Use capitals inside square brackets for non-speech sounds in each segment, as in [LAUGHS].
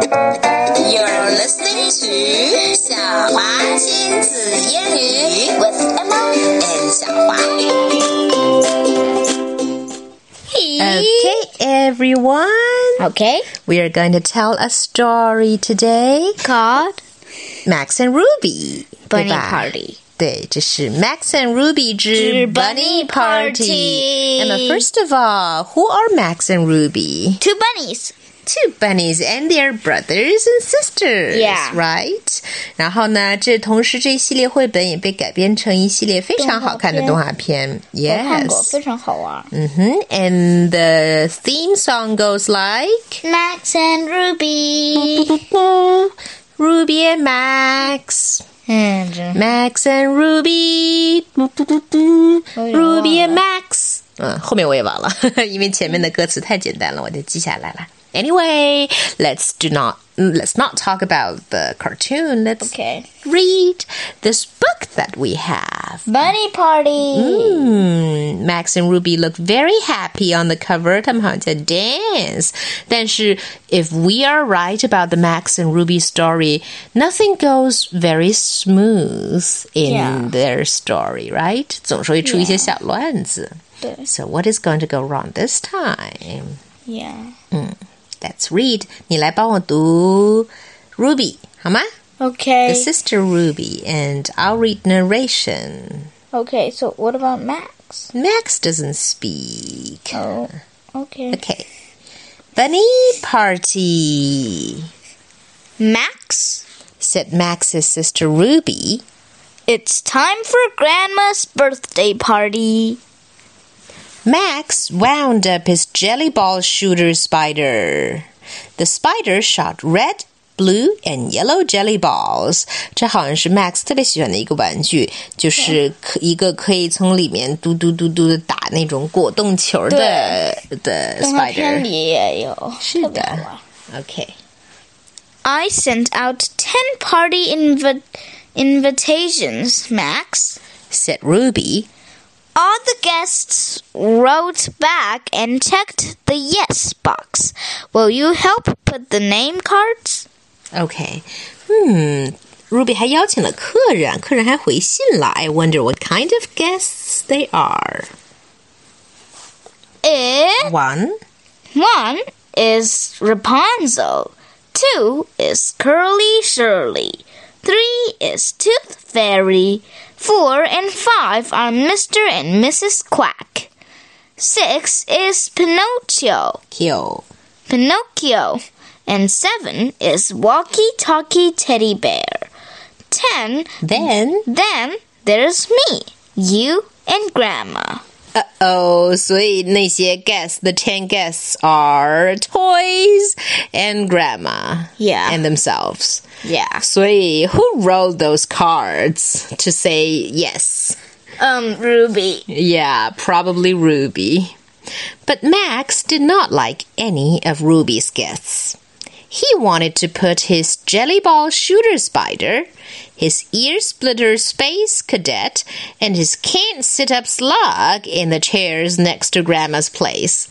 You're listening to 小华亲子英语 with Emma and 小华。 Okay, everyone. Okay. We are going to tell a story today. Called Max and Ruby. Bunny 对吧？ Party. 对，这是 Max and Ruby 之之 Bunny Party. Bunny Party。 Emma, first of all, who are Max and Ruby? Two bunnies. Two bunnies and their brothers and sisters. Yeah. Right. 然后呢，这同时这系列绘本也被改编成一系列非常好看的动画片。Yes. Mm. 我看过，非常好玩。嗯哼 And the theme song goes like Max and Ruby. [LAUGHS] Ruby and Max, And Max and Ruby, 哎呦， Ruby and Max。嗯，后面我也忘了，因为前面的歌词太简单了，我就记下来了。Anyway, let's do not let's not talk about the cartoon. Let's okay. read this book that we have. Bunny party. Hmm, Max and Ruby look very happy on the cover. 他们好像在 dance。但是 if we are right about the Max and Ruby story, nothing goes very smooth in Yeah. their story, right? 总是会出一些小乱子。对。 So what is going to go wrong this time? Yeah. Let's read. 你来帮我读 Ruby 好吗？The Okay. sister Ruby and I'll read narration. okay. So what about Max? Max doesn't speak. Oh. Okay. Okay. Bunny party, Max, said Max's sister Ruby. it's time for Grandma's birthday party. Max wound up his jelly ball shooter spider. The spider shot red, blue, and yellow jelly balls. 这好像是 Max 特别喜欢的一个玩具，就是可一个可以从里面嘟嘟嘟嘟的打那种果冻球的的 spider。是的。Oh, 动画片里也有，特别好玩。 Okay. I sent out 10 party invi- invitations, Max. Said Ruby. All the guests wrote back and checked the yes box. Will you help put the name cards? Okay. Hmm. Ruby 还邀请了客人，客人还回信了。I wonder what kind of guests they are. It, One, one is Rapunzel, two is Curly Shirley, three is Tooth Fairy, four and five are Mr. and Mrs. Quack, six is Pinocchio. kill. Pinocchio. And seven is Walkie Talkie Teddy Bear. Ten, Then, then there's me, you, and Grandma. uh oh. 所以那些 guests, the ten guests are toys and grandma. Yeah. And themselves. Yeah. 所以 who wrote those cards to say yes? Um, Ruby. Yeah, probably Ruby. But Max did not like any of Ruby's guests. He wanted to put his jelly ball shooter spider, his ear splitter space cadet, and his can't sit up slug in the chairs next to Grandma's place. [GASPS]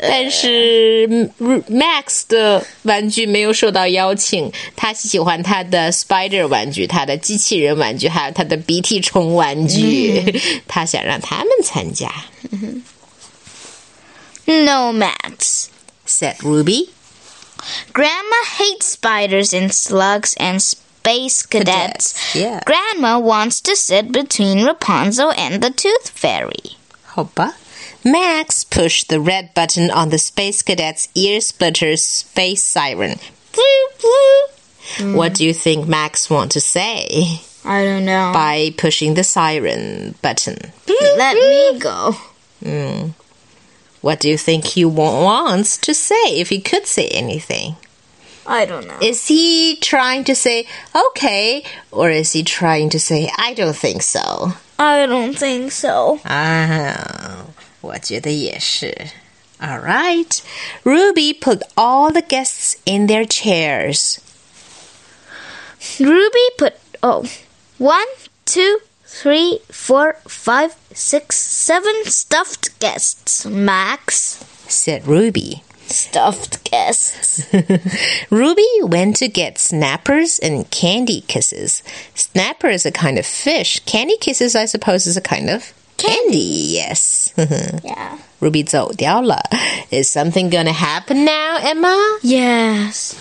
但是 Ru- Max 的玩具没有受到邀请，他喜欢他的 spider [LAUGHS] 玩具，他的机器人玩具，还有他的鼻涕虫玩具，他想让他们参加。 No, Max. Said Ruby. Grandma hates spiders and slugs and space cadets. Cadets, yeah. Grandma wants to sit between Rapunzel and the Tooth Fairy. 好吧。Max pushed the red button on the space cadet's ear splitter's space siren. What do you think Max want to say I don't know. by pushing the siren button? Let me go. What do you think he wa- wants to say if he could say anything? I don't know. Is he trying to say okay or is he trying to say I don't think so? I don't think so. 啊，我觉得也是。All right. Ruby put all the guests in their chairs. Ruby put oh one, two, three, four, five, six, seven stuffed guests. Max Said Ruby. [LAUGHS] stuffed guests. Ruby went to get snappers and candy kisses. Snapper is a kind of fish. Candy kisses, I suppose, is a kind of candy. yes. [LAUGHS] Yeah. Ruby 走掉了. Is something gonna happen now, Emma? [LAUGHS] Yes.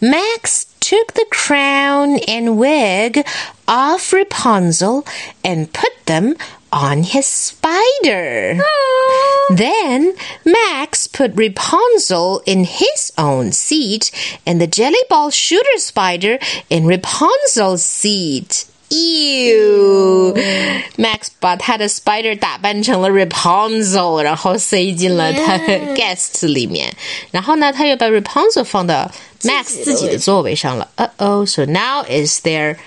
Max took the crown and wig off Rapunzel and put them on his spider. Then Max put Rapunzel in his own seat and the jelly ball shooter spider in Rapunzel's seat. Ew. Max 把他的 spider 打扮成了 Rapunzel，然后塞进了他 guest 里面。然后呢，他又把 Rapunzel 放到 Max 自己的座位上了。Uh oh. So now is there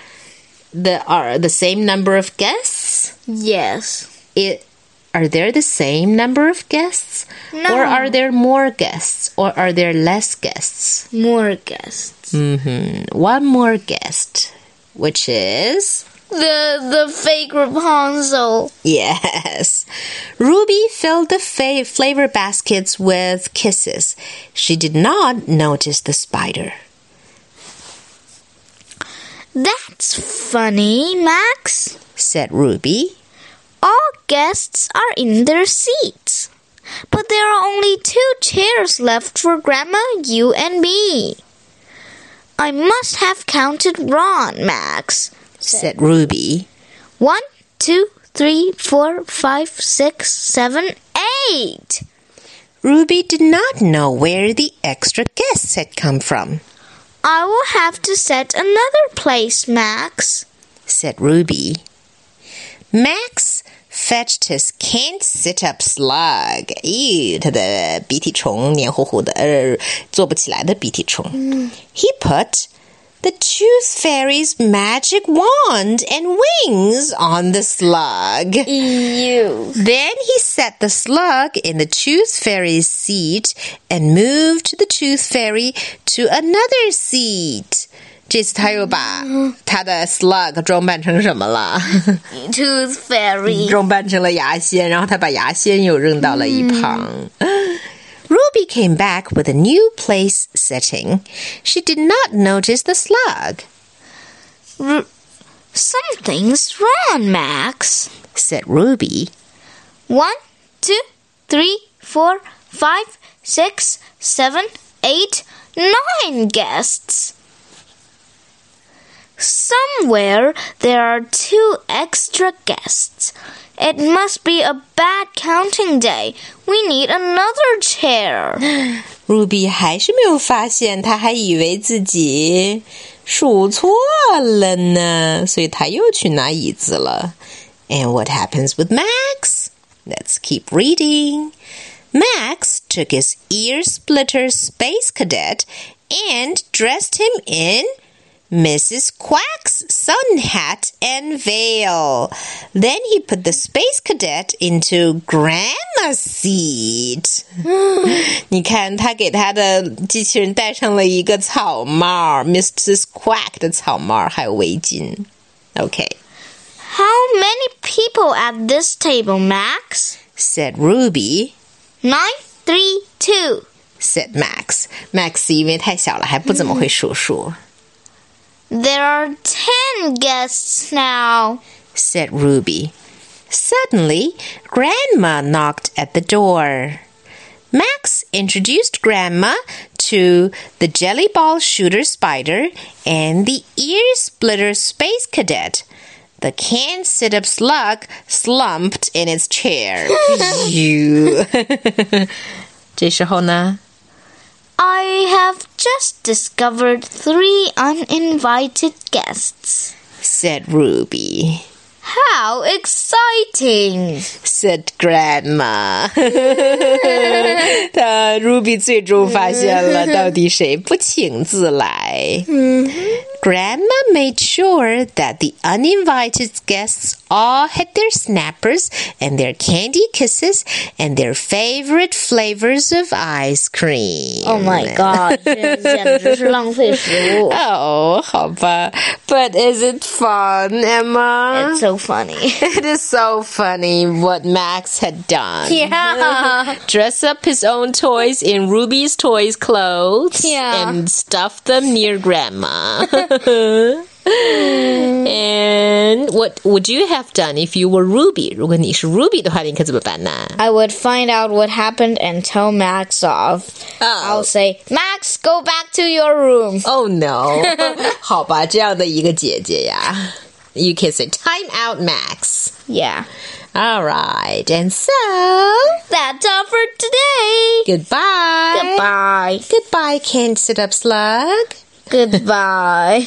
the are the same number of guests? Yes. it are there the same number of guests No. or are there more guests or are there less guests More guests. one more guest which is [LAUGHS] The the fake Rapunzel. yes ruby filled the fa- flavor baskets with kisses she did not notice the spider That's funny, Max. said ruby All guests are in their seats. But there are only two chairs left for Grandma, you, and me. I must have counted wrong, Max. said ruby One, two, three, four, five, six, seven, eight. ruby did not know where the extra guests had come from I will have to set another place, Max. said Ruby. Max fetched his can't sit up slug. Ew, 他的鼻涕虫黏糊糊的，呃，坐不起来的鼻涕虫。He put the tooth fairy's magic wand and wings on the slug. You. Then he set the slug in the tooth fairy's seat and moved the tooth fairy to another seat. 这次他又把他的 slug 装扮成什么了？ Tooth fairy. 装扮成了牙仙，然后他把牙仙又扔到了一旁。Ruby came back with a new place setting. She did not notice the slug, R- Something's wrong, Max. said Ruby. One, two, three, four, five, six, seven, eight, nine guests. Somewhere there are two extra guests. It must be a bad counting day. We need another chair. Ruby 还是没有发现，她还以为自己数错了呢，所以她又去拿椅子了。And what happens with Max? Let's keep reading. Max took his ear splitter space cadet and dressed him in Mrs. Quack's sun hat and veil. Then he put the space cadet into Grandma's seat. [GASPS] 你看，他给他的机器人戴上了一个草帽，Mrs. Quack 的草帽，还有围巾。Okay, How many people at this table, Max? said Ruby. Nine, three, two. Said Max. Max 因为太小了，还不怎么会数数。 There are ten guests now. Said Ruby. Suddenly, Grandma knocked at the door. Max introduced Grandma to the Jelly Ball Shooter Spider and the Ear Splitter Space Cadet. The can sit up slug slumped in its chair. [LAUGHS] You. 这时候呢？ I have just discovered three uninvited guests. said Ruby. How exciting! said grandma [LAUGHS] 他 Ruby 最终发现了到底谁不请自来。Grandma made sure that the uninvited guests all had their snappers and their candy kisses and their favorite flavors of ice cream. Oh my god，这简直是浪费食物。 Oh, 好吧. But is it fun, Emma? It's so funny. It is so funny what Max had done. [LAUGHS] Yeah. Dress up his own toys in Ruby's toys clothes Yeah. and stuff them near [LAUGHS] grandma. and what would you have done if you were Ruby? 如果你是 Ruby 的话，你应该怎么办呢？ I would find out what happened and tell Max off. I'll say, Max, go back to your room. Oh no！好 [LAUGHS] 吧，这样的一个姐姐呀，You can say time out, Max. Yeah. All right, and so That's all for today. goodbye. Goodbye. Goodbye, can't sit up slug. Goodbye.